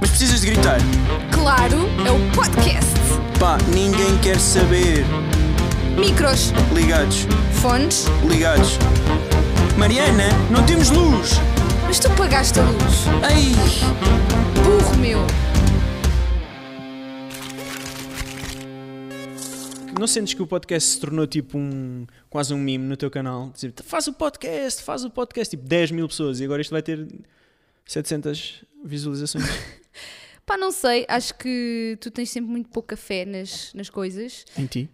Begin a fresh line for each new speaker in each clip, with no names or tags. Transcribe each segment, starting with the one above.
precisas de gritar?
Claro, é o podcast.
Pá, ninguém quer saber.
Micros,
Ligados,
fones,
ligados. Mariana, não temos luz!
mas tu pagaste a luz.
Ai!
Burro meu.
Não sentes que o podcast se tornou tipo um. quase um mimo no teu canal? Dizer, faz o podcast, faz o podcast. Tipo 10 mil pessoas e agora isto vai ter 700 visualizações.
Pá, não sei, acho que tu tens sempre muito pouca fé nas, nas coisas,
em ti?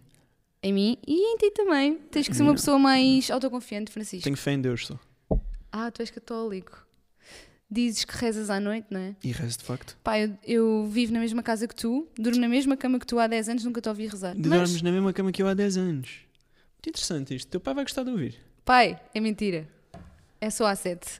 em mim e em ti também. Tens que ser uma pessoa mais autoconfiante, Francisco.
Tenho fé em Deus só.
Ah, tu és católico. Dizes que rezas à noite, não é?
E resto de facto.
Pá, eu, eu vivo na mesma casa que tu, durmo na mesma cama que tu há 10 anos, nunca te ouvi rezar.
De
Mas,
dormes na mesma cama que eu há 10 anos. Muito interessante isto. Teu pai vai gostar de ouvir.
pai, é mentira. É só a 7.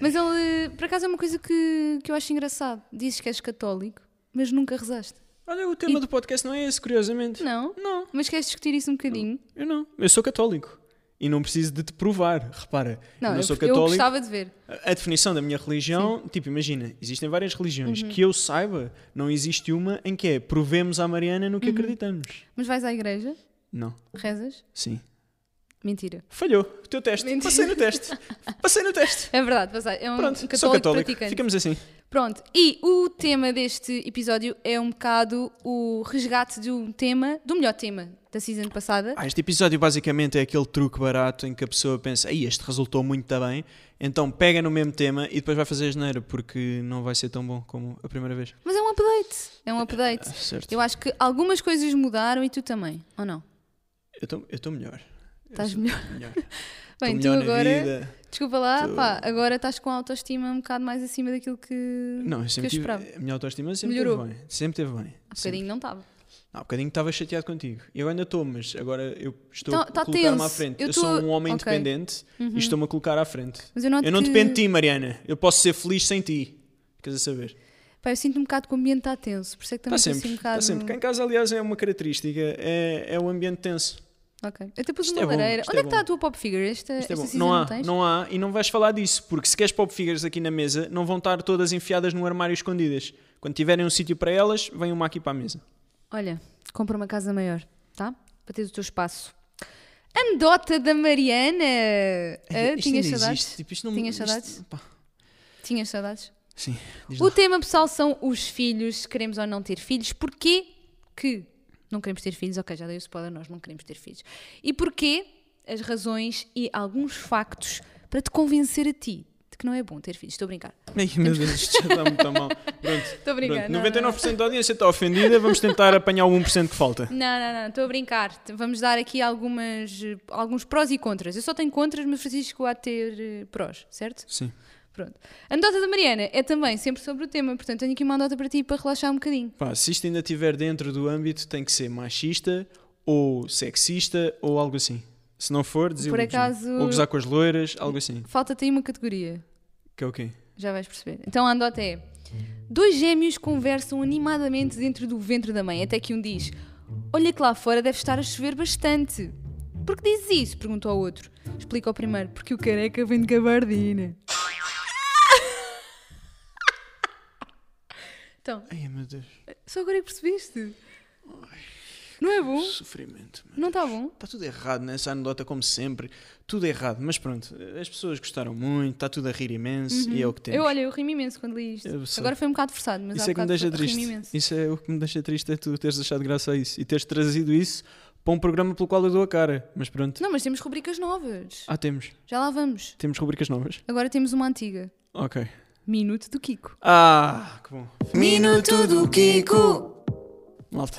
Mas ele, por acaso, é uma coisa que, que eu acho engraçado. Dizes que és católico, mas nunca rezaste.
Olha, o tema do podcast não é esse, curiosamente.
Não?
Não,
Mas queres discutir isso um bocadinho?
eu não. Eu sou católico. E não preciso de te provar. Repara, eu não
eu,
sou
eu
católico.
gostava de ver.
A a definição da minha religião, tipo, imagina, existem várias religiões.
Uhum.
Que eu saiba, não existe uma em que é provemos à Mariana
Uhum.
no que acreditamos.
Mas vais à igreja?
Não,
Rezas?
sim.
Mentira.
Falhou o teu teste.
Mentira.
Passei no teste. Passei no teste.
É verdade, vais à- é um
Pronto,
católico,
sou católico.
praticante.
Ficamos assim.
Pronto, e o tema deste episódio é um bocado o resgate de um tema, do melhor tema da season passada.
Ah, este episódio basicamente é aquele truque barato em que a pessoa pensa, Ei, este resultou muito bem, então pega no mesmo tema e depois vai fazer a geneira, porque não vai ser tão bom como a primeira vez.
Mas é um update, é um update.
Ah, certo.
Eu acho que algumas coisas mudaram e tu também, ou não?
Eu estou melhor.
Estás melhor.
melhor.
Bem, tu
Estou melhor na
agora,
vida.
desculpa lá,
Tô-
pá, agora estás com a autoestima um bocado mais acima daquilo que,
Não, eu
que eu
sempre tive,
esperava.
a minha autoestima sempre
Melhorou.
teve bem. Sempre teve bem. Sempre.
Há bocadinho não estava.
Há bocadinho estava chateado contigo. Eu ainda estou, mas agora eu estou
Tá-
a
tá
colocar-me à
tenso.
frente.
Eu
Eu, sou
tô-
um homem
ok.
independente e estou-me a colocar à frente.
Mas eu noto
eu não
que-
dependo de ti, Mariana. Eu posso ser feliz sem ti. Queres a saber?
Pá, eu sinto um bocado que o ambiente está tenso, por isso é que
Está
também estou
sempre.
assim um
Está
bocado.
sempre. Cá em casa, aliás, é uma característica. É, é o ambiente tenso.
Ok. Eu até pus
Isto
uma
é bom,
lareira.
isto
Onde
é
é que está
bom.
a tua pop figure?
Isto
Esta,
é
esta
bom.
cinza
Não há,
tens?
não há e não vais falar disso, porque se queres pop figures aqui na mesa, não vão estar todas enfiadas no armário escondidas. Quando tiverem um sítio para elas, vem uma aqui para a mesa.
Olha, compra uma casa maior, tá? Para teres o teu espaço. Anedota da Mariana! Ah,
Isto
tinhas
ainda
saudades?
existe. Tipo, isto não-
Tinhas
isto-
saudades?
pá.
Tinhas saudades?
Sim. diz
O tema, pessoal, são os filhos, se queremos ou não ter filhos. Porquê que não queremos ter filhos? Ok, já dei o spoiler, nós não queremos ter filhos. E porquê as razões e alguns factos para te convencer a ti de que não é bom ter filhos. Estou a brincar.
Ai, meu Deus, isto já está muito mal. Pronto.
Estou a brincar.
Pronto,
não, não,
99% da audiência está ofendida, vamos tentar apanhar o 1% que falta.
Não, não, não, estou a brincar. T- Vamos dar aqui algumas, eh, alguns prós e contras. Eu só tenho contras, mas Francisco há de ter eh, prós, certo?
Sim.
Pronto. A anedota da Mariana é também sempre sobre o tema, portanto tenho aqui uma anedota para ti para relaxar um bocadinho.
Pá, se isto ainda estiver dentro do âmbito, tem que ser machista ou sexista ou algo assim. Se não for, desilude
acaso-
Ou gozar com as loiras, algo assim.
Falta-te aí uma categoria,
Que é o quê?
já vais perceber. Então a anedota é: dois gêmeos conversam animadamente dentro do ventre da mãe, até que um diz: Olha que lá fora deve estar a chover bastante. Por que dizes isso? perguntou ao outro. Explica ao primeiro: Porque o careca vem de gabardina. Então,
Ai, meu Deus,
Só agora é que percebeste. Não é bom?
sofrimento. mano.
Não está bom?
Está tudo errado nessa anedota, como sempre. Tudo errado, mas pronto, as pessoas gostaram muito, está tudo a rir imenso e é o que temos.
Eu olha, eu rimo imenso quando li isto.
Eu sei.
Agora foi um bocado forçado, mas
Isso
há
é que me
bocado
deixa
fo-
triste.
rimo imenso.
Isso é o que me deixa triste é tu teres achado graça a isso e teres trazido isso para um programa pelo qual eu dou a cara. Mas pronto.
Não, mas temos rubricas novas.
Ah, temos.
Já lá vamos.
Temos rubricas novas.
Agora temos uma antiga.
Ok.
Minuto do Kiko.
Ah, que bom.
Minuto do Kiko!
Malta.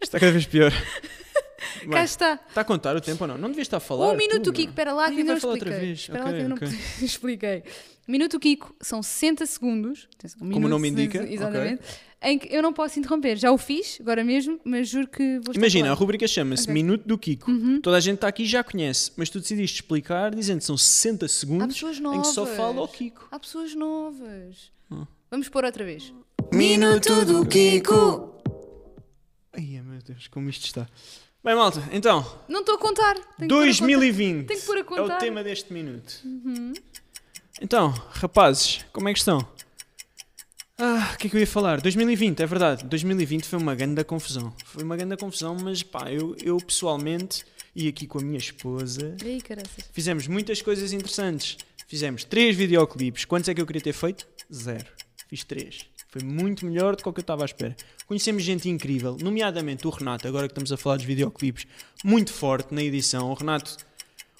Está cada vez pior.
Cá
Bem,
está.
está a contar o tempo ou não? Não devias estar a falar.
Um minuto
tu,
do Kiko.
meu.
Espera lá que
Ai,
ainda não
vai falar outra
expliquei.
vez.
Espera lá
Ok,
que eu não
ok.
expliquei. Minuto do Kiko são 60 segundos. Atenção, minutos,
nome indica, ok.
Exatamente. Em que eu não posso interromper. Já o fiz agora mesmo, mas juro que vou estar
Imagina, a
calada.
rubrica chama-se Minuto do Kiko.
Uhum.
Toda a gente está aqui e já conhece, mas tu decidiste explicar dizendo que são 60
Há
segundos
pessoas novas.
em que só fala o Kiko. Ah.
Há pessoas novas. Vamos pôr outra vez.
Minuto do Kiko. Ai, meu Deus, como isto está. Bem, malta, então,
Não estou a contar. Tenho que pôr a contar.
2020
Tenho que pôr a Uhum.
é o
contar.
tema deste minuto. Então, rapazes, como é que estão? Ah, o que é que eu ia falar? 2020, é verdade. 2020 foi uma grande confusão. Foi uma grande confusão, mas pá, eu, eu pessoalmente e aqui com a minha esposa
Ih, caraças.
fizemos muitas coisas interessantes. Fizemos três videoclipes. Quantos é que eu queria ter feito? Zero. Fiz três. Foi muito melhor do que o que eu estava à espera. Conhecemos gente incrível, nomeadamente o Renato, agora que estamos a falar dos videoclipes, muito forte na edição. O Renato,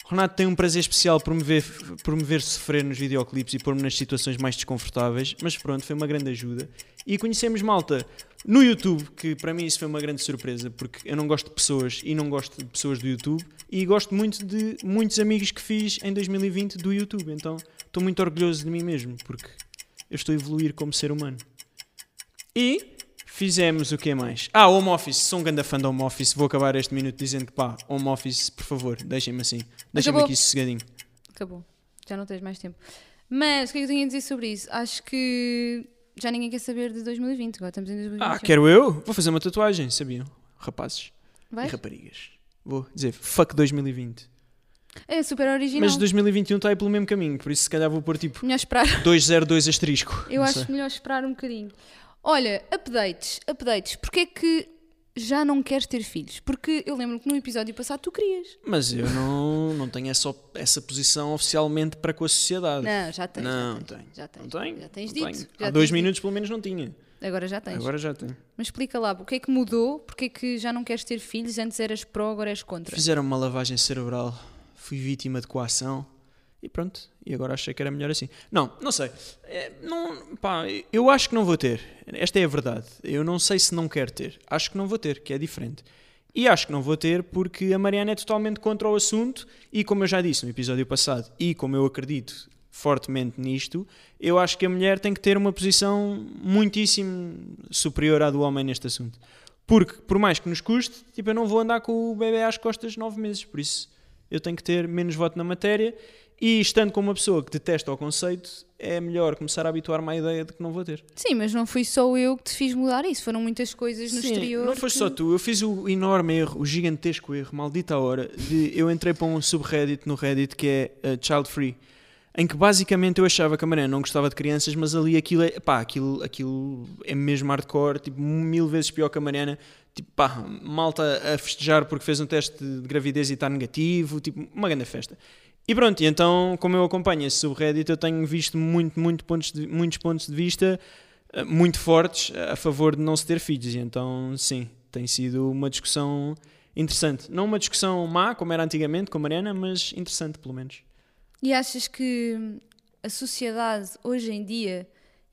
o Renato tem um prazer especial por me ver, por me ver sofrer nos videoclipes e pôr-me nas situações mais desconfortáveis, mas pronto, foi uma grande ajuda. E conhecemos malta no YouTube, que para mim isso foi uma grande surpresa, porque eu não gosto de pessoas e não gosto de pessoas do YouTube, e gosto muito de muitos amigos que fiz em 2020 do YouTube, então estou muito orgulhoso de mim mesmo, porque eu estou a evoluir como ser humano. E fizemos o que mais? Ah, Home Office. Sou um grande fã do Home Office. Vou acabar este minuto dizendo que pá, Home Office, por favor, deixem-me assim. Deixem-me
Acabou.
aqui sossegadinho.
Acabou. Já não tens mais tempo. Mas o que é que eu tenho a dizer sobre isso? Acho que já ninguém quer saber de 2020. Agora estamos em 2020.
Ah, quero eu? Vou fazer uma tatuagem, sabiam? Rapazes
Vais?
e raparigas. Vou dizer fuck 2020.
É super original.
Mas 2021 está aí pelo mesmo caminho, por isso se calhar vou pôr tipo
Melhor esperar.
202 asterisco.
Eu
Não
acho
sei.
melhor esperar um bocadinho. Olha, updates, updates. Porquê é que já não queres ter filhos? Porque eu lembro que no episódio passado tu querias.
Mas eu não, não tenho essa, op- essa posição oficialmente para com a sociedade.
Não, já tens.
Não,
já tens,
tenho.
Já tens.
Não tenho.
Já tens
não
dito.
tenho.
já
Há dois
tens
minutos pelo menos não tinha.
dito. Agora já tens.
Agora já tenho.
Mas explica lá, o que é que mudou? Porquê é que já não queres ter filhos? Antes eras pró, agora és contra.
Fizeram uma lavagem cerebral, fui vítima de coação e pronto. E agora achei que era melhor assim. Não, não sei. É, não, pá, eu acho que não vou ter. Esta é a verdade. Eu não sei se não quero ter. Acho que não vou ter, que é diferente. E acho que não vou ter porque a Mariana é totalmente contra o assunto e, como eu já disse no episódio passado, e como eu acredito fortemente nisto, eu acho que a mulher tem que ter uma posição muitíssimo superior à do homem neste assunto. Porque, por mais que nos custe, tipo, eu não vou andar com o bebê às costas nove meses, por isso eu tenho que ter menos voto na matéria e, estando com uma pessoa que detesta o conceito, é melhor começar a habituar-me à ideia de que não vou ter.
Sim, mas não fui só eu que te fiz mudar isso. Foram muitas coisas no
Sim,
exterior.
Não foste
que-
só tu, eu fiz o enorme erro, o gigantesco erro, maldita hora, de eu entrei para um subreddit no Reddit que é eh, Child Free, em que basicamente eu achava que a Mariana não gostava de crianças, mas ali aquilo é, pá, aquilo, aquilo é mesmo hardcore, tipo, mil vezes pior que a Mariana. Tipo, pá, malta a festejar porque fez um teste de gravidez e está negativo, tipo, uma grande festa. E pronto, e então, como eu acompanho esse subreddit, eu tenho visto muito, muito pontos de- muitos pontos de vista eh, muito fortes a favor de não se ter filhos. E então, sim, tem sido uma discussão interessante. Não uma discussão má, como era antigamente com a Mariana, mas interessante, pelo menos.
E achas que a sociedade hoje em dia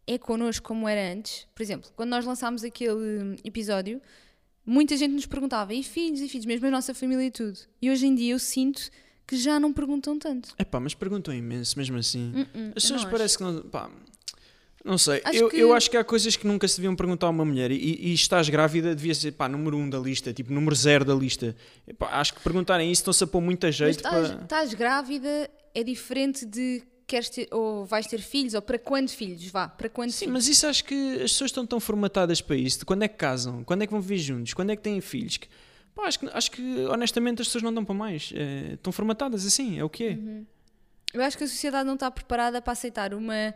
é connosco como era antes? Por exemplo, quando nós lançámos aquele episódio, muita gente nos perguntava, e filhos, e filhos, mesmo a nossa família e tudo. E hoje em dia eu sinto que já não perguntam tanto.
Epá, mas perguntam imenso, mesmo assim.
Uh-uh,
As
eu
pessoas
não
parece que não. Pá, não sei.
Acho
eu,
que-
eu acho que há coisas que nunca se deviam perguntar a uma mulher. E, e estás grávida, devia ser pá, número um da lista, tipo número zero da lista. Epá, acho que perguntarem isso estão-se a pôr muito a
Mas
jeito
estás,
para.
estás grávida, é diferente de queres ter, ou vais ter filhos, ou para quantos filhos, vá, para quantos
Sim,
filhos.
mas isso acho que as pessoas estão tão formatadas para isso. De quando é que casam? Quando é que vão viver juntos? Quando é que têm filhos? Que- pá, acho, que, acho que honestamente as pessoas não dão para mais. Eh, estão formatadas assim, é o que é.
Eu acho que a sociedade não está preparada para aceitar uma,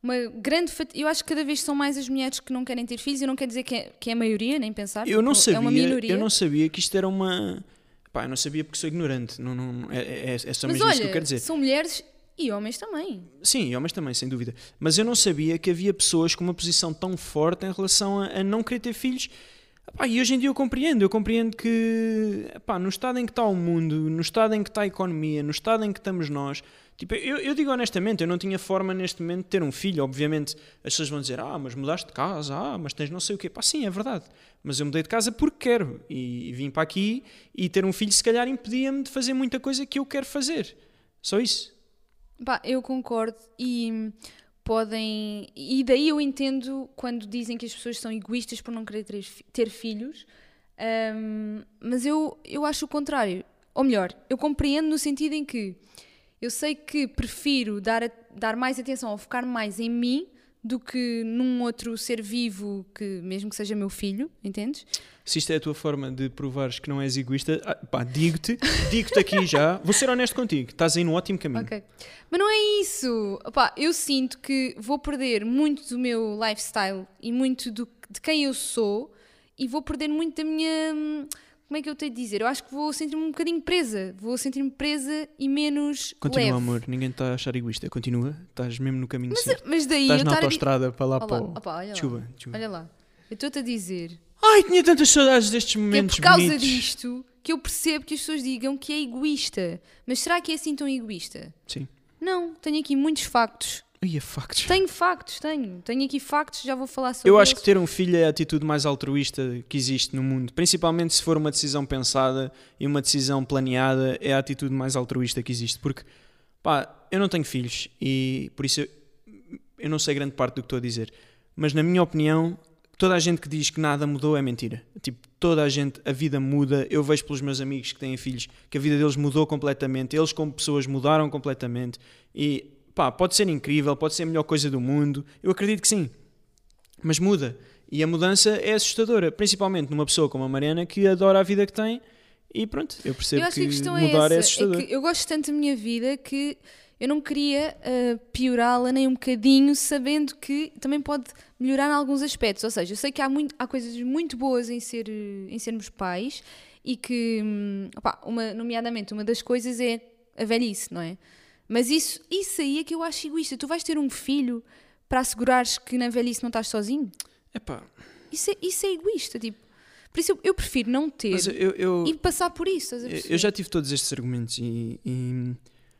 uma grande fatia. Eu acho que cada vez são mais as mulheres que não querem ter filhos. Eu não quero dizer que é, que é a maioria, nem pensar.
Eu não
porque
sabia,
É uma minoria.
eu não sabia que isto era uma. Pá, eu não sabia porque sou ignorante. Não, não, é, é, é só
Mas
mesmo isso que eu
olha,
quero dizer.
são mulheres e homens também.
Sim, e homens também, sem dúvida. Mas eu não sabia que havia pessoas com uma posição tão forte em relação a, a não querer ter filhos. Pá, e hoje em dia eu compreendo, eu compreendo que pá, no estado em que está o mundo, no estado em que está a economia, no estado em que estamos nós, tipo, eu, eu digo honestamente, eu não tinha forma neste momento de ter um filho, obviamente as pessoas vão dizer, ah, mas mudaste de casa, ah, mas tens não sei o quê, pá, sim, é verdade, mas eu mudei de casa porque quero e, e vim para aqui e ter um filho se calhar impedia-me de fazer muita coisa que eu quero fazer, só isso.
Pá, eu concordo e hum, podem. E daí eu entendo quando dizem que as pessoas são egoístas por não querer ter, fi- ter filhos. Hum, mas eu, eu acho o contrário. Ou melhor, eu compreendo no sentido em que eu sei que prefiro dar, a- dar mais atenção ou focar mais em mim do que num outro ser vivo que, mesmo que seja meu filho, entendes?
Se isto é a tua forma de provares que não és egoísta, ah, pá, digo-te, digo-te aqui já, vou ser honesto contigo, estás aí no ótimo caminho.
Ok. Mas não é isso. Opá, eu sinto que vou perder muito do meu lifestyle e muito do- de quem eu sou e vou perder muito da minha. hum, Como é que eu tenho de dizer? Eu acho que vou sentir-me um bocadinho presa. Vou sentir-me presa e menos.
Continua,
leve.
amor, ninguém está a achar egoísta, continua, estás mesmo no caminho certo.
Mas daí
Estás
eu
na
estar a di-
autoestrada para lá
Olha
para
lá,
o...
opa, olha lá.
Desculpa, desculpa.
Olha lá. Eu estou-te a dizer.
Ai, tinha tantas saudades destes
que é
momentos
por causa
bonitos.
disto que eu percebo que as pessoas digam que é egoísta. Mas será que é assim tão egoísta?
Sim.
Não, tenho aqui muitos factos.
Ai, é factos.
Tenho factos, tenho. Tenho aqui factos, já vou falar sobre
Eu acho que
eles.
ter um filho é a atitude mais altruísta que existe no mundo. Principalmente se for uma decisão pensada e uma decisão planeada, é a atitude mais altruísta que existe. Porque, pá, eu não tenho filhos e por isso eu, eu não sei grande parte do que estou a dizer. Mas na minha opinião, toda a gente que diz que nada mudou é mentira. Tipo, toda a gente, a vida muda. Eu vejo pelos meus amigos que têm filhos que a vida deles mudou completamente. Eles, como pessoas, mudaram completamente. E, pá, pode ser incrível, pode ser a melhor coisa do mundo. Eu acredito que sim mas muda. E a mudança é assustadora, principalmente numa pessoa como a Mariana que adora a vida que tem e pronto, eu percebo
eu acho que, a questão é
mudar é,
essa.
assustador.
que eu gosto tanto da minha vida que eu não queria ah, piorá-la nem um bocadinho, sabendo que também pode melhorar em alguns aspectos. Ou seja, eu sei que há, muito- há coisas muito boas em, ser, eh, em sermos pais e que, hum, opá, uma, nomeadamente, uma das coisas é a velhice, não é? Mas isso, isso aí é que eu acho egoísta. Tu vais ter um filho para assegurares que na velhice não estás sozinho?
Epá,
Isso é, isso é egoísta, tipo. Por isso eu, eu prefiro não ter
mas eu, eu-
e passar por isso. estás a
eu- eu
perceber?
já tive todos estes argumentos e, e,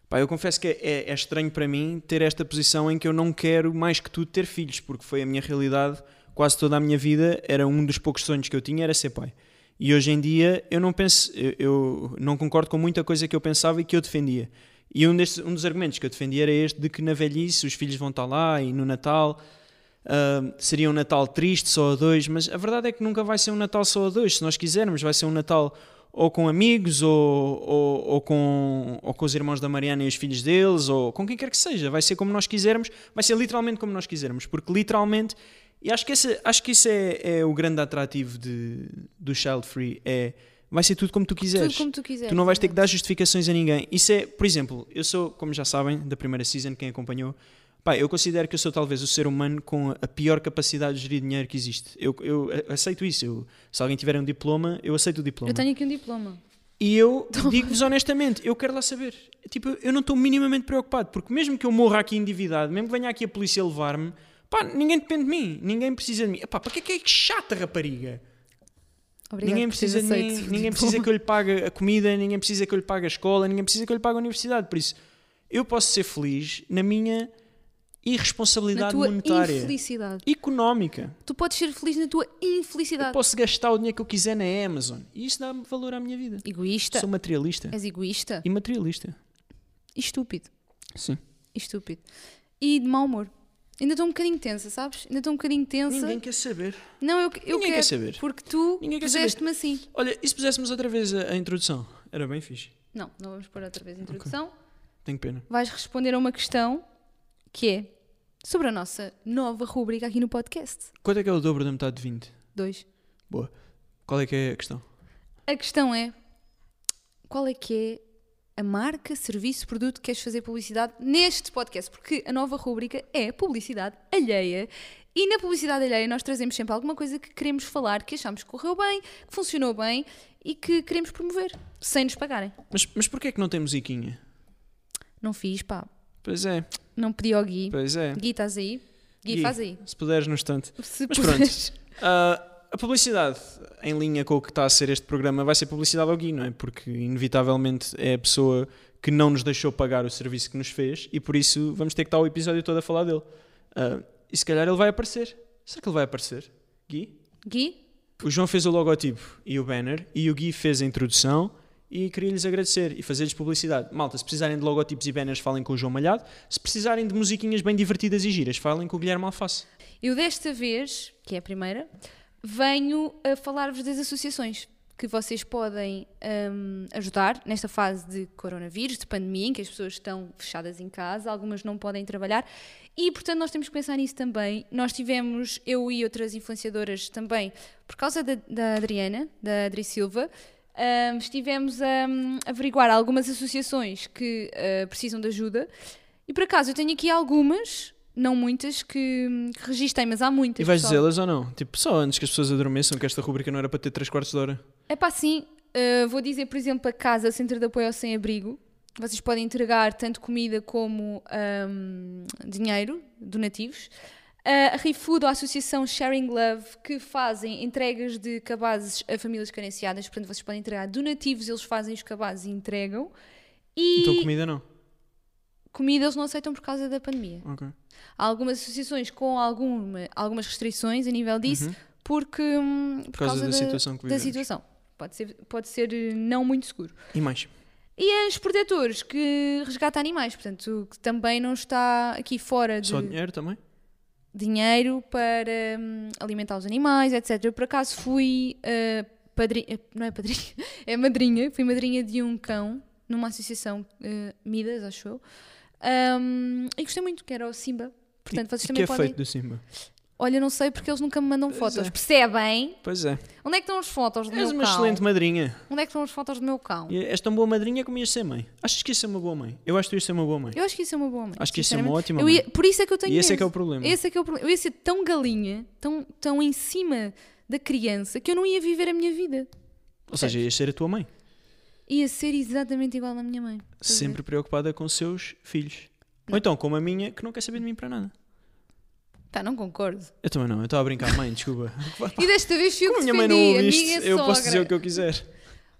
pá, eu confesso que é, é estranho para mim ter esta posição em que eu não quero mais que tudo ter filhos, porque foi a minha realidade quase toda a minha vida, era um dos poucos sonhos que eu tinha, era ser pai. E hoje em dia eu não penso, eu, eu não concordo com muita coisa que eu pensava e que eu defendia. E um, destes, um dos argumentos que eu defendia era este de que na velhice os filhos vão estar lá e no Natal Uh, seria um Natal triste, só a dois, mas a verdade é que nunca vai ser um Natal só a dois. Se nós quisermos, vai ser um Natal ou com amigos, ou, ou, ou com, ou com os irmãos da Mariana e os filhos deles, ou com quem quer que seja. Vai ser como nós quisermos, vai ser literalmente como nós quisermos, porque literalmente. E acho que, esse, acho que isso é, é o grande atrativo de, do Child Free: é vai ser tudo como tu quiseres.
Tudo como tu quiseres.
Tu não vais ter que dar justificações a ninguém. Isso é, por exemplo, eu sou, como já sabem, da primeira season, quem acompanhou, pá, eu considero que eu sou talvez o ser humano com a pior capacidade de gerir dinheiro que existe. Eu, eu a- aceito isso. Eu- se alguém tiver um diploma, eu aceito o diploma.
Eu tenho aqui um diploma.
E eu digo-vos honestamente, eu quero lá saber. Tipo, eu não estou minimamente preocupado, porque mesmo que eu morra aqui endividado, mesmo que venha aqui a polícia levar-me, pá, ninguém depende de mim, ninguém precisa de mim. Epá, para que é que é chata, rapariga?
Obrigada
ninguém
por teres
precisa, de mim,
aceito tipo. o
ninguém
diploma.
precisa que eu lhe pague a comida, ninguém precisa que eu lhe pague a escola, ninguém precisa que eu lhe pague a universidade. Por isso, eu posso ser feliz na minha
na
irresponsabilidade
tua
monetária,
infelicidade.
económica.
Tu podes ser feliz na tua infelicidade.
Eu posso gastar o dinheiro que eu quiser na Amazon e isso dá-me valor à minha vida.
Egoísta.
Sou materialista
És egoísta.
e materialista.
E estúpido.
Sim.
E estúpido. E de mau humor. Ainda estou um bocadinho tensa, sabes? Ainda estou um bocadinho tensa.
Ninguém quer saber.
Não, eu, eu
Ninguém
quero.
quer saber.
Porque tu
Ninguém quer saber.
puseste-me assim.
Olha, e se puséssemos outra vez a, a introdução? Era bem fixe.
Não, não vamos pôr outra vez a introdução.
Tenho pena.
Vais responder a uma questão que é sobre a nossa nova rúbrica aqui no podcast.
Quanto é que é o dobro da metade de 20?
Dois.
Boa. Qual é que é a questão?
A questão é: qual é que é a marca, serviço, produto que queres fazer publicidade neste podcast? Porque a nova rúbrica é publicidade alheia. E na publicidade alheia nós trazemos sempre alguma coisa que queremos falar, que achamos que correu bem, que funcionou bem e que queremos promover, sem nos pagarem.
Mas, mas porquê é que não tem musiquinha?
Não fiz, pá.
Pois é,
Não pedi ao Gui.
pois é.
Gui, estás aí? Gui,
Gui,
faz aí.
Se puderes no instante.
Se
Mas
puderes.
Ah, a publicidade, em linha com o que está a ser este programa, vai ser publicidade ao Gui, não é? Porque, inevitavelmente, é a pessoa que não nos deixou pagar o serviço que nos fez e, por isso, vamos ter que estar o episódio todo a falar dele. Ah, e, se calhar, ele vai aparecer. Será que ele vai aparecer? Gui?
Gui?
O João fez o logotipo e o banner e o Gui fez a introdução e queria-lhes agradecer e fazer-lhes publicidade. Malta, se precisarem de logotipos e banners, falem com o João Malhado. Se precisarem de musiquinhas bem divertidas e giras, falem com o Guilherme Alface.
Eu desta vez, que é a primeira, venho a falar-vos das associações que vocês podem hum, ajudar nesta fase de coronavírus, de pandemia, em que as pessoas estão fechadas em casa, algumas não podem trabalhar. E, portanto, nós temos que pensar nisso também. Nós tivemos, eu e outras influenciadoras também, por causa da, da Adriana, da Adri Silva, hum, estivemos a hum, averiguar algumas associações que ah, precisam de ajuda. E, por acaso, eu tenho aqui algumas, não muitas, que, que registrei, mas há muitas.
E vais
pessoal.
dizê-las ou não? Tipo, só antes que as pessoas adormeçam, que esta rubrica não era para ter 3 quartos de hora.
É pá, sim. Uh, vou dizer, por exemplo, a casa, Centro de Apoio ao Sem Abrigo. Vocês podem entregar tanto comida como ahm, dinheiro, donativos. Uh, a ReFood, a Associação Sharing Love, que fazem entregas de cabazes a famílias carenciadas. Portanto, vocês podem entregar donativos, eles fazem os cabazes e entregam. E
Então comida não.
comida eles não aceitam por causa da pandemia.
Ok.
Há algumas associações com alguma- algumas restrições a nível disso, porque hum, por,
Uhum. causa da situação que
da
vivemos.
situação. Pode ser, pode ser eh, não muito seguro.
E mais?
E as protetores que resgata animais, portanto, que também não está aqui fora de
Só dinheiro também?
dinheiro para hum, alimentar os animais, etc. Eu por acaso fui uh, padrinha, não é padrinha, é madrinha, fui madrinha de um cão numa associação eh, Midas, acho eu. Hum, e gostei muito, que era o Simba. Portanto, vocês
e
também
que é
podem.
feito do Simba?
Olha, não sei porque eles nunca me mandam fotos.
é.
Percebem?
Pois é.
Onde é que estão as fotos do
És
meu
uma
cão?
excelente madrinha.
Onde é que estão as fotos do meu cão?
E És tão boa madrinha como ias ser mãe. Achas que ias ser uma boa mãe? Eu acho que ias ser uma boa mãe.
Eu acho que isso é uma boa mãe.
Acho que isso é uma
sinceramente.
ótima
Eu
mãe.
ia- por isso é que eu tenho
E esse é
medo.
que é o problema.
Esse é que é o problema. Eu ia ser tão galinha, tão, tão em cima da criança, que eu não ia viver a minha vida.
Ou seja, ias ser a tua mãe.
Ia ser exatamente igual à minha mãe. Estás a ver?
Sempre preocupada com seus filhos. Ou então, como a minha, que não quer saber de mim para nada.
Pá, não concordo.
Eu também não, eu estava a brincar, mãe, desculpa.
E desta vez fui eu
Como
que
a minha mãe
defendi.
não
a
ouve
minha
isto, eu
sogra.
posso dizer o que eu quiser.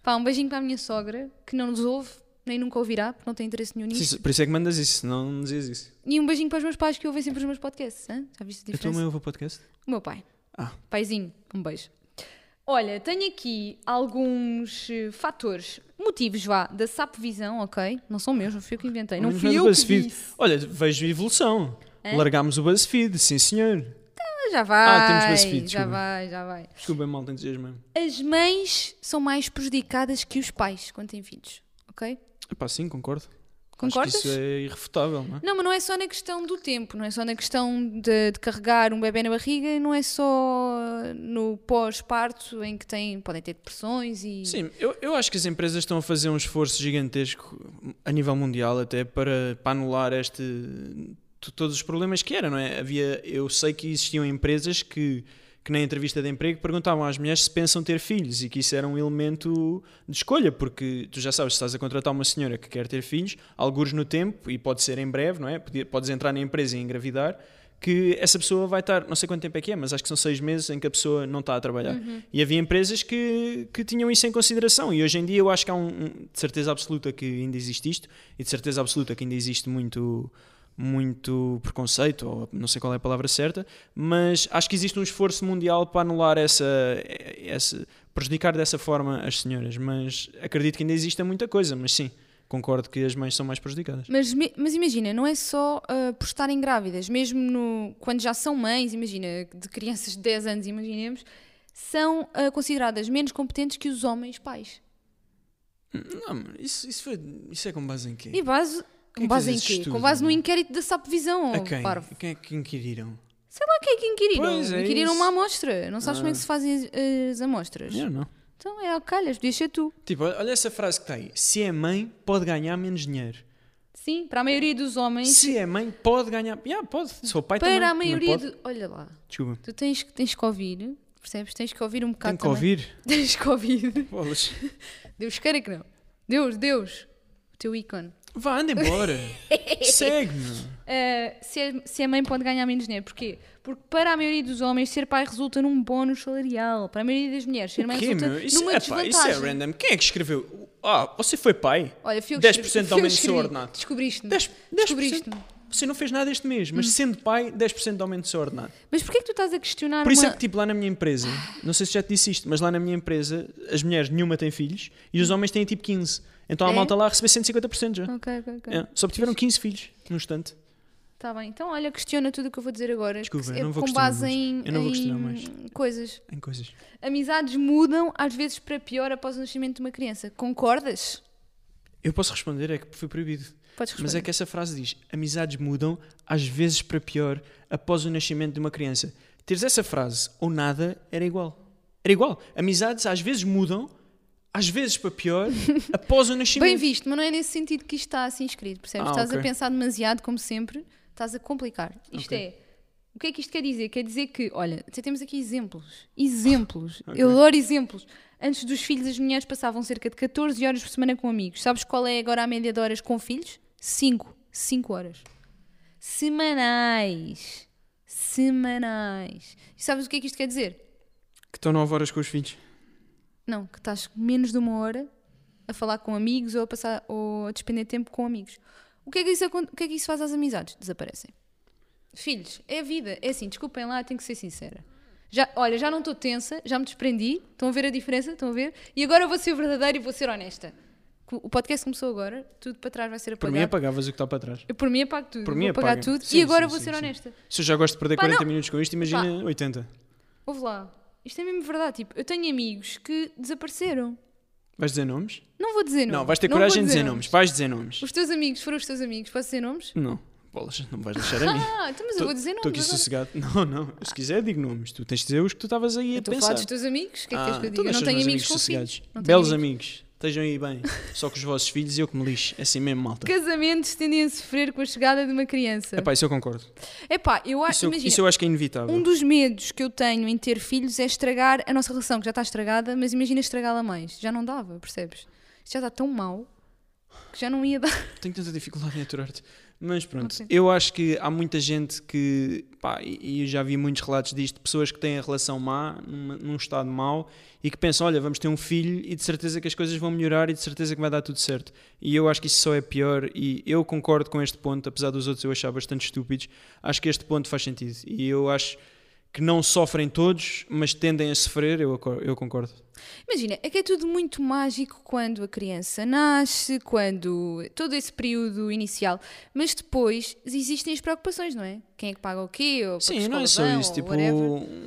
Pá, um beijinho para a minha sogra, que não nos ouve, nem nunca ouvirá, porque não tem interesse nenhum nisso.
Sim, por isso é que mandas isso, senão não dizias isso.
E um beijinho para os meus pais, que ouvem sempre os meus podcasts. hã? Já viste a
A tua
diferença?
mãe ouve Então é o podcast?
O meu pai.
Ah.
Paizinho, um beijo. Olha, tenho aqui alguns eh, fatores, motivos, vá, da Sapo Visão, ok? Não são meus, não fui eu que inventei. Não
Mas
fui
é do
eu que
BuzzFeed.
disse. É?
Olha, vejo a evolução. Largámos o BuzzFeed, sim senhor.
Ah, já vai,
Ah, temos BuzzFeed,
já
desculpa.
vai, já vai.
Desculpa, mal entusiasmo.
As mães são mais prejudicadas que os pais quando têm filhos, ok?
Epá, sim, concordo.
Concordas?
Acho que isso é irrefutável, não é?
Não, mas não é só na questão do tempo, não é só na questão de, de carregar um bebê na barriga, e não é só no pós-parto em que têm, podem ter depressões e...
Sim, eu, eu acho que as empresas estão a fazer um esforço gigantesco a nível mundial até para, para anular este to- todos os problemas que era, não é? Havia, eu sei que existiam empresas que, que na entrevista de emprego perguntavam às mulheres se pensam ter filhos e que isso era um elemento de escolha, porque tu já sabes, se estás a contratar uma senhora que quer ter filhos, alguns no tempo, e pode ser em breve, não é? Podia- Podes entrar na empresa e engravidar, que essa pessoa vai estar, não sei quanto tempo é que é, mas acho que são seis meses em que a pessoa não está a trabalhar. E havia empresas que, que tinham isso em consideração. E hoje em dia eu acho que há um, um- de certeza absoluta que ainda existe isto, e de certeza absoluta que ainda existe muito muito preconceito, ou não sei qual é a palavra certa, mas acho que existe um esforço mundial para anular essa, essa prejudicar dessa forma as senhoras, mas acredito que ainda exista muita coisa, mas sim, concordo que as mães são mais prejudicadas.
Mas, me- mas imagina, não é só ah, por estarem grávidas, mesmo no- quando já são mães, imagina, de crianças de 10 anos, imaginemos, são ah, consideradas menos competentes que os homens pais.
Não, mas isso, isso, foi, isso é com base em quê?
E base,
Quem é
com
que
base em
fez esse
quê?
estudo,
Com base no
não é?
inquérito da SAPvisão,
A
Visão,
quem?
Um parvo.
A quem é que inquiriram?
Sei lá quem é que inquiriram.
Pois, é
inquiriram
isso.
uma amostra. Não sabes como é que se fazem as, as amostras.
Eu não.
Então é ao calhas, podias ser tu.
Tipo, olha essa frase que está aí. Se é mãe, pode ganhar menos dinheiro.
Sim, para a maioria dos homens.
Se é mãe, pode ganhar. Yeah, pode. Sou pai
para
também.
a
Também
maioria
pode.
do. Olha lá,
Desculpa.
tu tens, que- tens que ouvir, percebes? Tens que ouvir um bocado
Tenho que ouvir.
também. Tens que ouvir.
Bolas.
Deus queira que não. Deus, Deus, o teu ícone.
Vá, anda embora. Segue-me.
Uh, se, é- se a mãe pode ganhar menos dinheiro, porquê? Porque para a maioria dos homens ser pai resulta num bónus salarial. Para a maioria das mulheres ser mãe
Que,
resulta
meu? Isso,
numa
epá,
desvantagem.
isso é random. Quem é que escreveu? Ah, você foi pai?
Olha, fui eu que
10%
escrevi-
de
fui eu que
aumento do seu
escrevi.
ordenado.
Descobriste-me.
10%, 10
Descobriste-me. Hum.
Você não fez nada este mês, mas sendo pai, 10% de aumento do seu ordenado.
Mas porquê é que tu estás a questionar
Por isso
uma...
é que, tipo, lá na minha empresa, não sei se já te disse isto, mas lá na minha empresa, as mulheres nenhuma têm filhos e os homens têm tipo 15. Então a
Hum. É?
malta lá recebe 150% já.
Ok, ok, ok.
É, Só que tiveram 15 filhos, num instante.
Está bem, então olha, questiona tudo o que eu vou dizer agora.
Desculpa,
que-
eu não vou
com
questionar
base
mais.
em,
Eu não vou questionar
em
mais.
coisas.
Em coisas.
Amizades mudam, às vezes para pior, após o nascimento de uma criança. Concordas?
Eu posso responder, é que foi proibido.
Podes responder.
Mas é que essa frase diz: amizades mudam, às vezes para pior, após o nascimento de uma criança. Teres essa frase ou nada era igual. Era igual. Amizades às vezes mudam, às vezes para pior, após o nascimento.
Bem visto, mas não é nesse sentido que isto está assim escrito, percebes?
Ah,
estás a
ok.
pensar demasiado, como sempre, estás a complicar. Isto
Ok.
é. O que é que isto quer dizer? Quer dizer que, olha, até temos aqui exemplos. Exemplos.
Ok.
Eu adoro exemplos. Antes dos filhos, as mulheres passavam cerca de 14 horas por semana com amigos. Sabes qual é agora a média de horas com filhos? 5. 5 horas. Semanais. Semanais. E sabes o que é que isto quer dizer?
Que estão 9 horas com os filhos.
Não, que estás menos de uma hora a falar com amigos ou a, passar, ou a despender tempo com amigos. O que, é que isso, acon- o que é que isso faz às amizades? Desaparecem. Filhos, é a vida. É assim, desculpem lá, eu tenho que ser sincera. Já, olha, já não estou tensa, já me desprendi. Estão a ver a diferença? Estão a ver? E agora eu vou ser verdadeira e vou ser honesta. Co- O podcast começou agora, tudo para trás vai ser
Por
apagado.
mim apagavas o que está para trás.
Eu, por mim apago tudo.
Por
vou
mim
apagar
apaga.
tudo
Sim,
e agora
sim,
vou
sim,
ser
sim.
honesta.
Se eu já gosto de perder
Pá,
40
não.
minutos com isto, imagina 80.
Ouve lá. Isto é mesmo verdade. Tipo, eu tenho amigos que desapareceram.
Vais dizer nomes?
Não vou dizer nomes.
Não, vais ter
vou
coragem de dizer nomes. Vais dizer nomes.
Os teus amigos foram os teus amigos, posso dizer nomes?
Não, bolas, não vais deixar a mim.
Ah, então, mas eu vou dizer
Estou aqui
nomes. agora.
sossegado. Não, não. Se quiser, digo nomes. Tu tens de dizer os que tu estavas aí
Eu
a
Estou a
pensar.
falar dos teus amigos, o que é que queres
Ah,
que eu
então
diga?
deixa
Eu não
os
tenho
meus
amigos com
sossegados.
filhos. Não tenho
Belos
amigos.
amigos. Estejam aí bem. Só com os vossos filhos e eu que me lixo. É assim mesmo, malta.
Casamentos tendem a sofrer com a chegada de uma criança.
Epá, isso eu concordo.
Epá, eu acho,
Isso, eu-
imagina,
isso eu acho que é inevitável.
um dos medos que eu tenho em ter filhos é estragar a nossa relação, que já está estragada, mas imagina estragá-la mais. Já não dava, percebes? Isto já está tão mal que já não ia dar.
Tenho tanta dificuldade em aturar-te. Mas pronto,
Ok.
eu acho que há muita gente que, pá, e e eu já vi muitos relatos disto, pessoas que têm a relação má, numa- num estado mau, e que pensam, olha, vamos ter um filho e de certeza que as coisas vão melhorar e de certeza que vai dar tudo certo. E eu acho que isso só é pior e eu concordo com este ponto, apesar dos outros eu achar bastante estúpidos, acho que este ponto faz sentido. E eu acho que não sofrem todos, mas tendem a sofrer, eu, acor- eu concordo.
Imagina, é que é tudo muito mágico quando a criança nasce, quando todo esse período inicial, mas depois existem as preocupações, não é? Quem é que paga o quê? Ou para que
Sim, não é
escola
só
vão,
isso.
ou
Tipo,
whatever.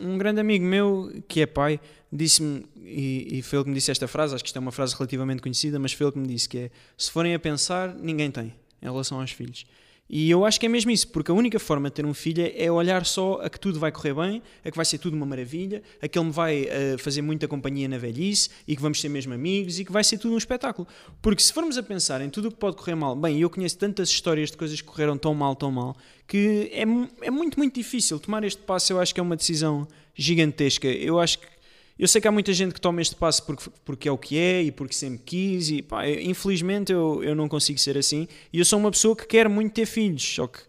um grande amigo meu, que é pai, disse-me, e, e foi ele que me disse esta frase, acho que isto é uma frase relativamente conhecida, mas foi ele que me disse que é, se forem a pensar, ninguém tem, em relação aos filhos. E eu acho que é mesmo isso, porque a única forma de ter um filho é- é olhar só a que tudo vai correr bem, a que vai ser tudo uma maravilha, a que ele me vai eh, fazer muita companhia na velhice e que vamos ser mesmo amigos e que vai ser tudo um espetáculo. Porque se formos a pensar em tudo o que pode correr mal, bem, eu conheço tantas histórias de coisas que correram tão mal, tão mal, que é, mu- é muito, muito difícil. Tomar este passo eu acho que é uma decisão gigantesca. Eu acho que. Eu sei que há muita gente que toma este passo porque, porque é o que é e porque sempre quis, e pá, eu- infelizmente eu, eu não consigo ser assim. E eu sou uma pessoa que quer muito ter filhos, só que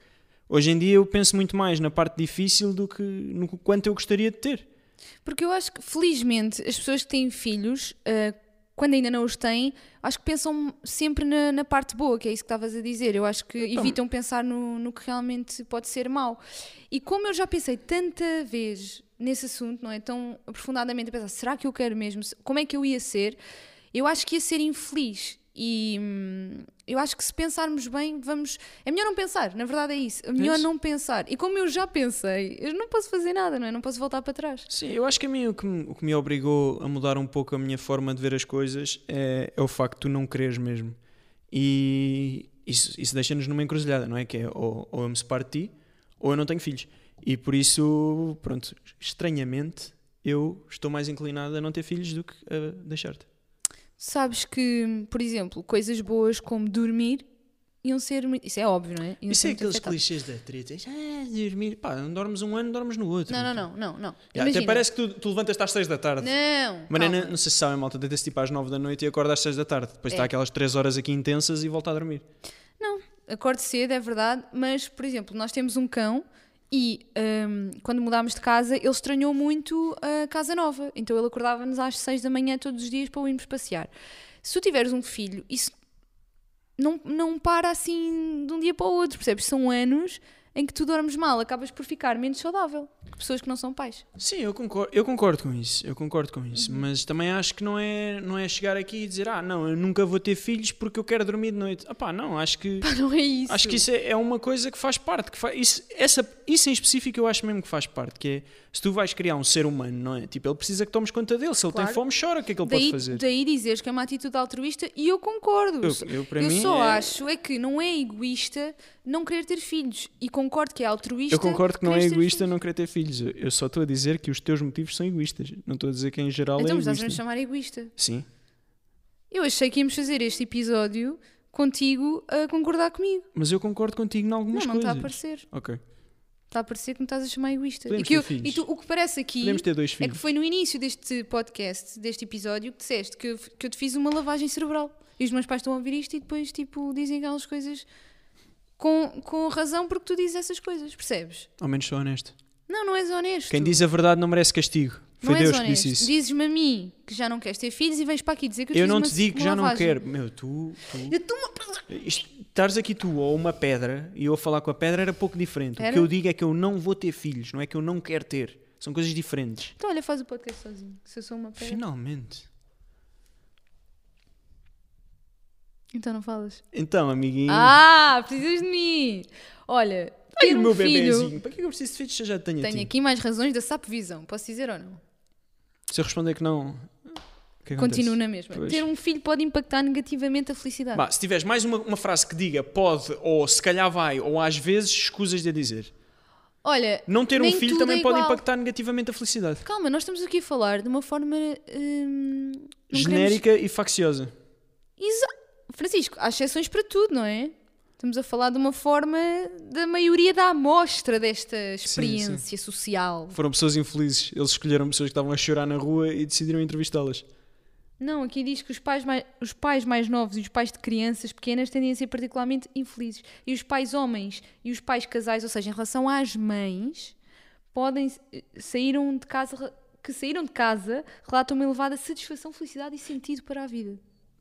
hoje em dia eu penso muito mais na parte difícil do que no quanto eu gostaria de ter.
Porque eu acho que, felizmente, as pessoas que têm filhos, ah, quando ainda não os têm, acho que pensam sempre na, na parte boa, que é isso que estavas a dizer. Eu acho que evitam pensar no, no que realmente pode ser mau. E como eu já pensei tanta vez nesse assunto, não é? Tão aprofundadamente a pensar, será que eu quero mesmo? Como é que eu ia ser? Eu acho que ia ser infeliz. E hum, eu acho que se pensarmos bem, vamos. É melhor não pensar, na verdade é isso. É melhor
Pois.
não pensar. E como eu já pensei, eu não posso fazer nada, não é? Não posso voltar para trás.
Sim, eu acho que a mim o que, me, o que me obrigou a mudar um pouco a minha forma de ver as coisas é, é o facto de tu não quereres mesmo. E isso, isso deixa-nos numa encruzilhada, não é? Que é ou, ou eu me separo de ti ou eu não tenho filhos. E por isso, pronto, estranhamente eu estou mais inclinado a não ter filhos do que a deixar-te.
Sabes que, por exemplo, coisas boas como dormir iam ser muito. Isso é óbvio, não é? Iam
Isso
ser
é
muito
aqueles
afetadas.
clichês da treta. Ah, dormir. Pá, não dormes um ano, dormes no outro.
Não, não, não, não. não.
Já, até
Imagina.
parece que tu, tu levantas-te às 6 da tarde.
Não!
Mariana,
calma.
não sei se sabem, malta, deita-se tipo às 9 da noite e acorda às 6 da tarde. Depois
É.
está aquelas 3 horas aqui intensas e volta a dormir.
Acordo cedo, é verdade, mas, por exemplo, nós temos um cão e hum, quando mudámos de casa ele estranhou muito a casa nova. Então ele acordava-nos às 6 da manhã todos os dias para o irmos passear. Se tu tiveres um filho, isso não, não para assim de um dia para o outro, percebes? São anos em que tu dormes mal, acabas por ficar menos saudável que pessoas que não são pais.
Sim, eu concordo, eu concordo com isso, eu concordo com isso, mas também acho que não é, não é chegar aqui e dizer, ah, não, eu nunca vou ter filhos porque eu quero dormir de noite. Ah pá, não, acho que,
Pá, não é isso.
acho que isso é, é uma coisa que faz parte, que fa- isso, essa, isso em específico eu acho mesmo que faz parte, que é, se tu vais criar um ser humano, não é? Tipo, ele precisa que tomes conta dele, se ele
Claro.
tem fome, chora, o que é que ele
daí,
pode fazer?
daí dizeres que é uma atitude altruísta e eu concordo.
Eu- eu, para mim,
só
é-
acho é que não é egoísta não querer ter filhos. E concordo que é altruísta.
Eu concordo que não é
quereres ter
egoísta
filhos.
não querer ter filhos, eu- eu só estou a dizer que os teus motivos são egoístas, não estou a dizer que em geral
Então,
é
mas estás a me
egoísta.
chamar egoísta.
Sim.
Eu achei que íamos fazer este episódio contigo a concordar comigo.
Mas eu concordo contigo em algumas
não, não
coisas.
está a parecer.
Ok.
Está a parecer que me estás a chamar egoísta.
Podemos
e que
ter
eu-
filhos.
e tu, o que parece aqui
Podemos ter dois
é
filhos.
que foi no início deste podcast, deste episódio, que disseste que, eu- que eu te fiz uma lavagem cerebral. E os meus pais estão a ouvir isto e depois tipo, dizem aquelas coisas com, com razão porque tu dizes essas coisas, percebes?
Ao menos sou honesto.
Não, não és honesto.
Quem diz a verdade não merece castigo. Foi
não és
Deus que
honesto.
disse isso.
Dizes-me a mim que já não queres ter filhos e vens para aqui dizer que eu,
Eu
fiz
não
uma-
te digo que
uma
já não
lavagem.
quero. Meu, tu. tu...
Eu tô uma-
Isto- Estares aqui tu ou uma pedra e eu a falar com a pedra era pouco diferente. O
Era?
que eu digo é que eu não vou ter filhos, não é que eu não quero ter. São coisas diferentes.
Então olha, faz o podcast sozinho. Se eu sou uma pedra.
Finalmente.
Então não falas.
Então, amiguinho.
Ah, precisas de mim. Olha,
ai,
ter
o
um
meu
filho.
bebezinho. Para que é que eu preciso de filhos se eu já te tenho, a
Tenho
ti?
aqui mais razões da SAP Visão, posso dizer ou não?
Se eu responder que não. o que acontece?
Continuo na mesma.
Pois.
Ter um filho pode impactar negativamente a felicidade.
Bah, se tiveres mais uma, uma frase que diga pode ou se calhar vai ou às vezes escusas de a dizer.
Olha,
Não ter
nem
um filho
tudo
também
é
pode
igual.
impactar negativamente a felicidade.
Calma, nós estamos aqui a falar de uma forma. hum, não queremos-
Genérica e facciosa.
Exa- Francisco, há exceções para tudo, não é? Estamos a falar de uma forma da maioria da amostra desta experiência social.
Foram pessoas infelizes. Eles escolheram pessoas que estavam a chorar na rua e decidiram entrevistá-las.
Não, aqui diz que os pais, mais, os pais mais novos e os pais de crianças pequenas tendem a ser particularmente infelizes. E os pais homens e os pais casais, ou seja, em relação às mães, podem eh, saíram de casa que saíram de casa relatam uma elevada satisfação, felicidade e sentido para a vida.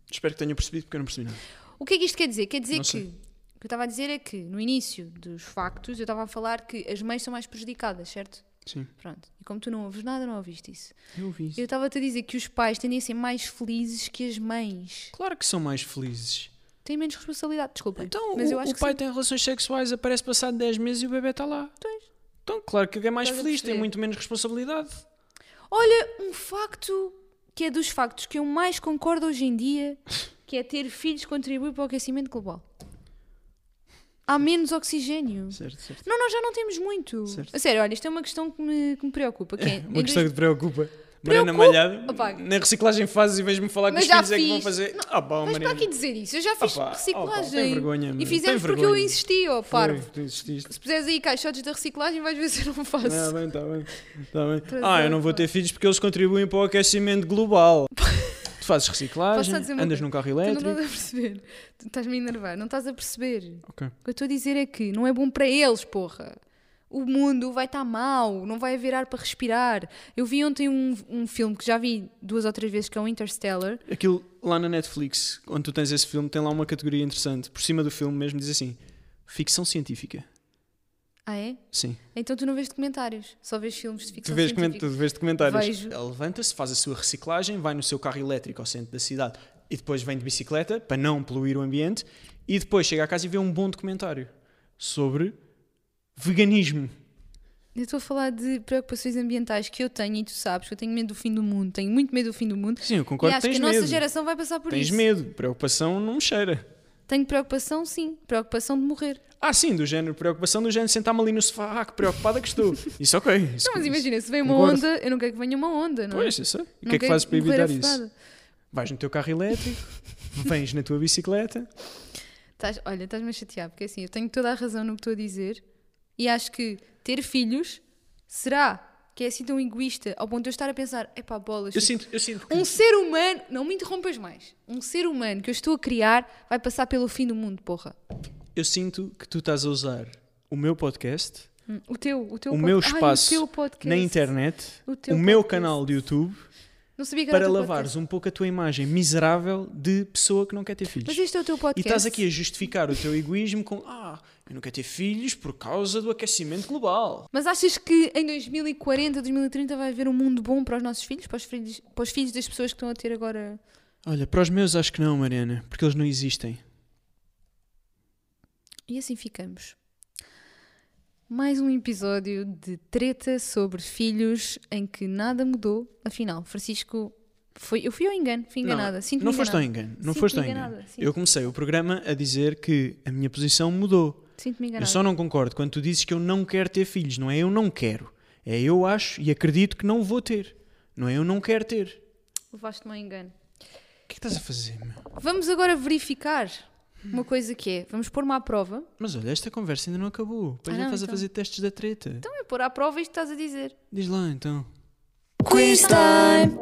Espero que tenham percebido porque eu não percebi nada.
O que é que isto quer dizer? Quer dizer
Não
que
sei.
o que eu estava a dizer é que no início dos factos eu estava a falar que as mães são mais prejudicadas, certo?
Sim.
Pronto. E como tu não ouves nada, não ouviste isso.
Eu ouvi isso.
Eu estava-te a dizer que os pais tendem a ser mais felizes que as mães.
Claro que são mais felizes.
tem menos responsabilidade, desculpem.
Então,
mas
o,
eu acho
o
que
pai
sim.
tem relações sexuais, aparece passado 10 meses e o bebê está lá.
Pois.
Então, claro que é mais
Estás a
feliz, tem
perceber.
muito menos responsabilidade.
Olha, um facto que é dos factos que eu mais concordo hoje em dia, que é ter filhos contribui para o aquecimento global. Há menos oxigênio.
Certo, certo.
Não, nós já não temos muito.
Certo.
A sério, olha, isto é uma questão que me, que me preocupa. Que é, em
Uma questão
dois-
que te preocupa. Mariana
Preocupa-
Malhado,
Opa.
na reciclagem fazes e vais-me falar que
Mas
os
já
filhos é que vão
fiz.
fazer.
Não,
Ah, bom,
Mas para
Mariana.
aqui dizer isso, eu já fiz
Opa, opa,
reciclagem.
tem vergonha,
e
meu,
fizemos
tem
porque eu
vergonha.
insisti, ó parvo.
Foi, tu insististe.
Se puseres aí caixotes da reciclagem, vais ver se eu não faço.
Está bem, está bem. Tá bem.
Prazer,
Ah, eu não vou
pá.
ter filhos porque eles contribuem para o aquecimento global. tu fazes reciclagem,
Posso só dizer uma
andas
coisa?
num carro
Tu não estás
elétrico.
a perceber. Tu estás-me a enervar. Não estás a perceber.
Ok.
O que eu estou a dizer é que não é bom para eles, porra. O mundo vai estar mau, não vai haver ar para respirar. Eu vi ontem um, um filme que já vi duas ou três vezes, que é o Interstellar.
Aquilo lá na Netflix, onde tu tens esse filme, tem lá uma categoria interessante. Por cima do filme mesmo diz assim: ficção científica.
Ah, é?
Sim.
Então tu não vês documentários, só vês filmes de
Tu
ficção
vês, coment-
científica.
tu vês documentários.
Vejo.
Ela levanta-se, faz a sua reciclagem, vai no seu carro elétrico ao centro da cidade e depois vem de bicicleta para não poluir o ambiente e depois chega a casa e vê um bom documentário sobre veganismo.
Eu estou a falar de preocupações ambientais que eu tenho e tu sabes que eu tenho medo do fim do mundo. Tenho muito medo do fim do mundo.
Sim, eu
e
concordo
acho
tens
que a
medo.
nossa geração vai passar por
Tens
isso.
medo, preocupação não me cheira.
Tenho preocupação, sim. Preocupação de morrer.
Ah, sim, do género, preocupação do género, sentar-me ali no sofá, ah, que preocupada que estou. Isso ok. Isso,
Não, mas imagina, se vem uma
Concordo.
onda, eu não quero que venha uma onda, não é?
Pois, eu sei. E o
Não
que é que
quero
fazes para
morrer
evitar isso?
afogada.
Vais no teu carro elétrico, vens na tua bicicleta.
Tás- olha, estás-me a chatear, porque assim, eu tenho toda a razão no que estou a dizer e acho que ter filhos será que é assim tão egoísta ao ponto de eu estar a pensar, epá, bolas.
Eu sinto, eu sinto que
Um ser humano, não me interrompas mais, um ser humano que eu estou a criar vai passar pelo fim do mundo, porra.
eu sinto que tu estás a usar o meu podcast,
Hum, O teu, o teu
o
pod-
meu
Ai, o
espaço
teu podcast.
na internet,
O
o,
teu
meu
podcast.
canal de YouTube
Não sabia que era
para
o teu
lavares
podcast.
um pouco a tua imagem miserável de pessoa que não quer ter filhos.
Mas este é o teu
E
podcast.
estás aqui a justificar o teu egoísmo com ah, eu não quero ter filhos por causa do aquecimento global.
Mas achas que em 2040, 2030 vai haver um mundo bom para os nossos filhos? Para os filhos, para os filhos das pessoas que estão a ter agora?
Olha, para os meus acho que não, Mariana, porque eles não existem.
E assim ficamos. Mais um episódio de treta sobre filhos em que nada mudou. Afinal, Francisco, foi, eu fui ao engano, fui enganada. Sinto-me
não foste ao
enganada.
engano, não
Sinto-me
foste ao
enganada,
engano.
sim.
Eu comecei o programa a dizer que a minha posição mudou.
Sinto-me
Eu
enganada.
só não concordo quando tu dizes que eu não quero ter filhos, não é eu não quero. É eu acho e acredito que não vou ter. Não é eu não quero ter.
Levaste-me ao engano.
O que é que estás a fazer, meu?
Vamos agora verificar uma coisa que é. Vamos pôr-me à prova.
Mas olha, esta conversa ainda não acabou. Depois já
Ah, não,
estás a
então.
fazer testes da treta.
Então é pôr à prova isto que estás a dizer.
Diz lá então.
Quiz time!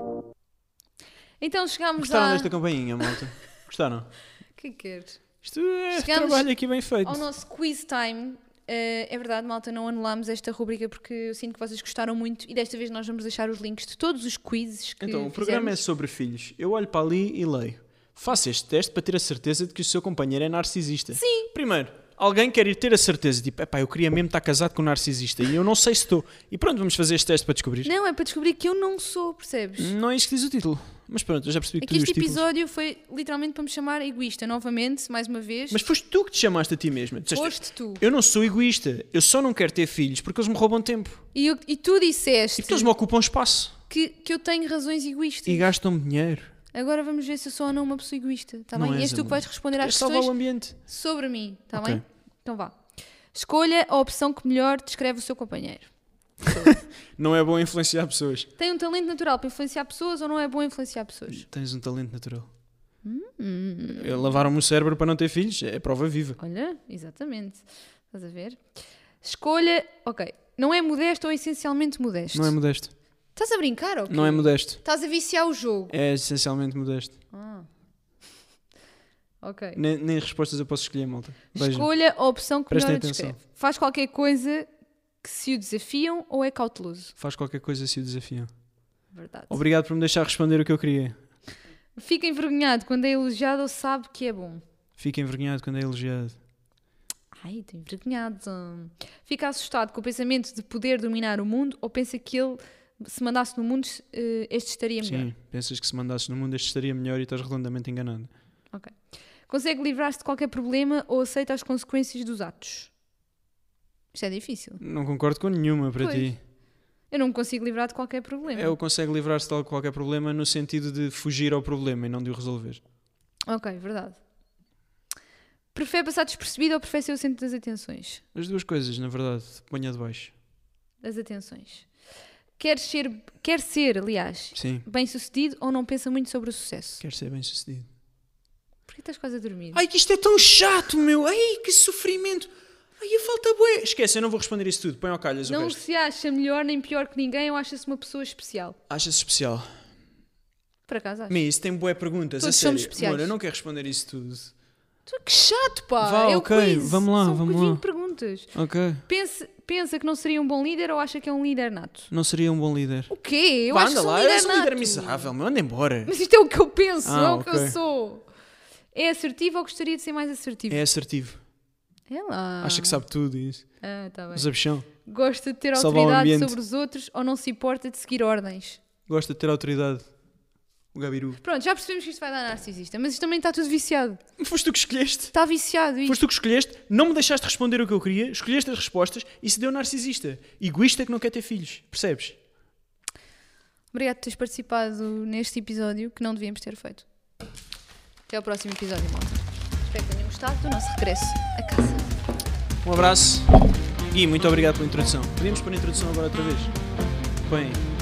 Então chegámos
Gostaram
à-
desta campainha, malta? Gostaram?
Que queres?
Isto é
Chegamos
trabalho aqui bem feito.
Ao nosso quiz time. Eh, é verdade, malta, não anulámos esta rubrica porque eu sinto que vocês gostaram muito e desta vez nós vamos deixar os links de todos os quizzes que
Então, o programa é sobre filhos. Eu olho para ali e leio. Faça este teste para ter a certeza de que o seu companheiro é narcisista. Sim. Primeiro, alguém quer ir ter a certeza, tipo, epá, eu queria mesmo estar casado com um narcisista e eu não sei se estou. E pronto, vamos fazer este teste para descobrir.
Não, é para descobrir que eu não sou, percebes?
Não é isso que diz o título. Mas pronto, eu já percebi que
É que
tu
este
viu os títulos.
episódio foi literalmente para me chamar egoísta, novamente, mais uma vez.
Mas foste tu que te chamaste a ti mesma. Disseste,
Foste tu.
Eu não sou egoísta, eu só não quero ter filhos porque eles me roubam tempo.
E, eu- e tu disseste
E porque eles me ocupam espaço.
que, que eu tenho razões egoístas.
E gastam-me dinheiro.
Agora vamos ver se eu sou ou não uma pessoa egoísta, está
Não
bem? E
és,
és tu que
amor.
vais responder às
Queres É salvar o
questões
ambiente.
sobre mim, está
Ok.
bem? Então vá. Escolha a opção que melhor descreve o seu companheiro.
Não é bom influenciar pessoas.
Tem um talento natural para influenciar pessoas ou não é bom influenciar pessoas?
Tens um talento natural.
Hum.
Eh, Lavaram-me o cérebro para não ter filhos, é prova viva.
Olha, exatamente. Estás a ver? Escolha, ok. Não é modesto ou essencialmente modesto?
Não é modesto.
Estás a brincar ou quê?
Não é modesto.
Estás a viciar o jogo.
É essencialmente modesto.
Ah. Ok.
Nem, nem respostas eu posso escolher, malta. Vejam.
Escolha a opção que
Prestem
melhor o
atenção.
descreve. Faz qualquer coisa que se o desafiam ou é cauteloso.
Faz qualquer coisa se o desafiam.
Verdade.
Obrigado por me deixar responder o que eu queria.
Fica envergonhado quando é elogiado ou sabe que é bom.
Fico envergonhado quando é elogiado.
Ai, estou envergonhado. Fica assustado com o pensamento de poder dominar o mundo ou pensa que ele, se mandasse no mundo, eh, este estaria melhor.
Sim, pensas que se mandasses no mundo este estaria melhor e estás redondamente enganado.
Ok. Consegue livrar-se de qualquer problema ou aceita as consequências dos atos? Isto é difícil.
Não concordo com nenhuma para
Pois.
ti.
Eu não me consigo livrar de qualquer problema.
É o consegue livrar-se de qualquer problema no sentido de fugir ao problema e não de o resolver.
Ok, verdade. Prefere passar despercebido ou prefere ser o centro das atenções?
As duas coisas, na verdade, ponha de baixo.
As atenções. Quer ser, quer ser aliás,
Sim,
bem-sucedido ou não pensa muito sobre o sucesso?
quero ser bem sucedido.
Porquê estás quase a dormir?
Ai, que isto é tão chato, meu. Ai, que sofrimento. Ai, a falta bué. Esquece, eu não vou responder isso tudo. Põe ao calhas o
não
resto.
se acha melhor nem pior que ninguém ou acha-se uma pessoa especial?
Achas especial?
Por acaso acho.
Me, isso tem bué perguntas.
Todos
a sério.
somos especiais.
Amor, eu não quero responder isso tudo.
Tu, que chato, pá!
Vá,
é o
ok,
quiz.
vamos lá,
São
vamos
20
lá.
perguntas.
Ok.
Pense- pensa que não seria um bom líder ou acha que é um líder nato?
Não seria um bom líder.
O quê? Eu
Vá,
acho que
anda
sou um
lá.
líder
és um
nato.
líder miserável, meu. Anda embora.
Mas isto é o que eu penso,
Ah,
não é o que
ok.
eu sou. É assertivo ou gostaria de ser mais assertivo?
É assertivo.
É lá.
Acha que sabe tudo isso.
Ah, tá bem.
Mas abchão.
Gosta de ter
Salvar o
autoridade
ambiente.
sobre os outros ou não se importa de seguir ordens?
Gosta de ter autoridade. O Gabiru.
Pronto, já percebemos que isto vai dar narcisista, mas isto também está tudo viciado.
Foste tu que escolheste.
Está viciado isto.
Foste tu que escolheste. Não me deixaste responder o que eu queria. Escolheste as respostas e se deu narcisista. Egoísta que não quer ter filhos. Percebes?
Obrigado por teres participado neste episódio que não devíamos ter feito. Até ao próximo episódio, malta. Espero que tenham gostado do nosso regresso a casa.
Um abraço e muito obrigado pela introdução. Podemos pôr a introdução agora outra vez? Põe. aí.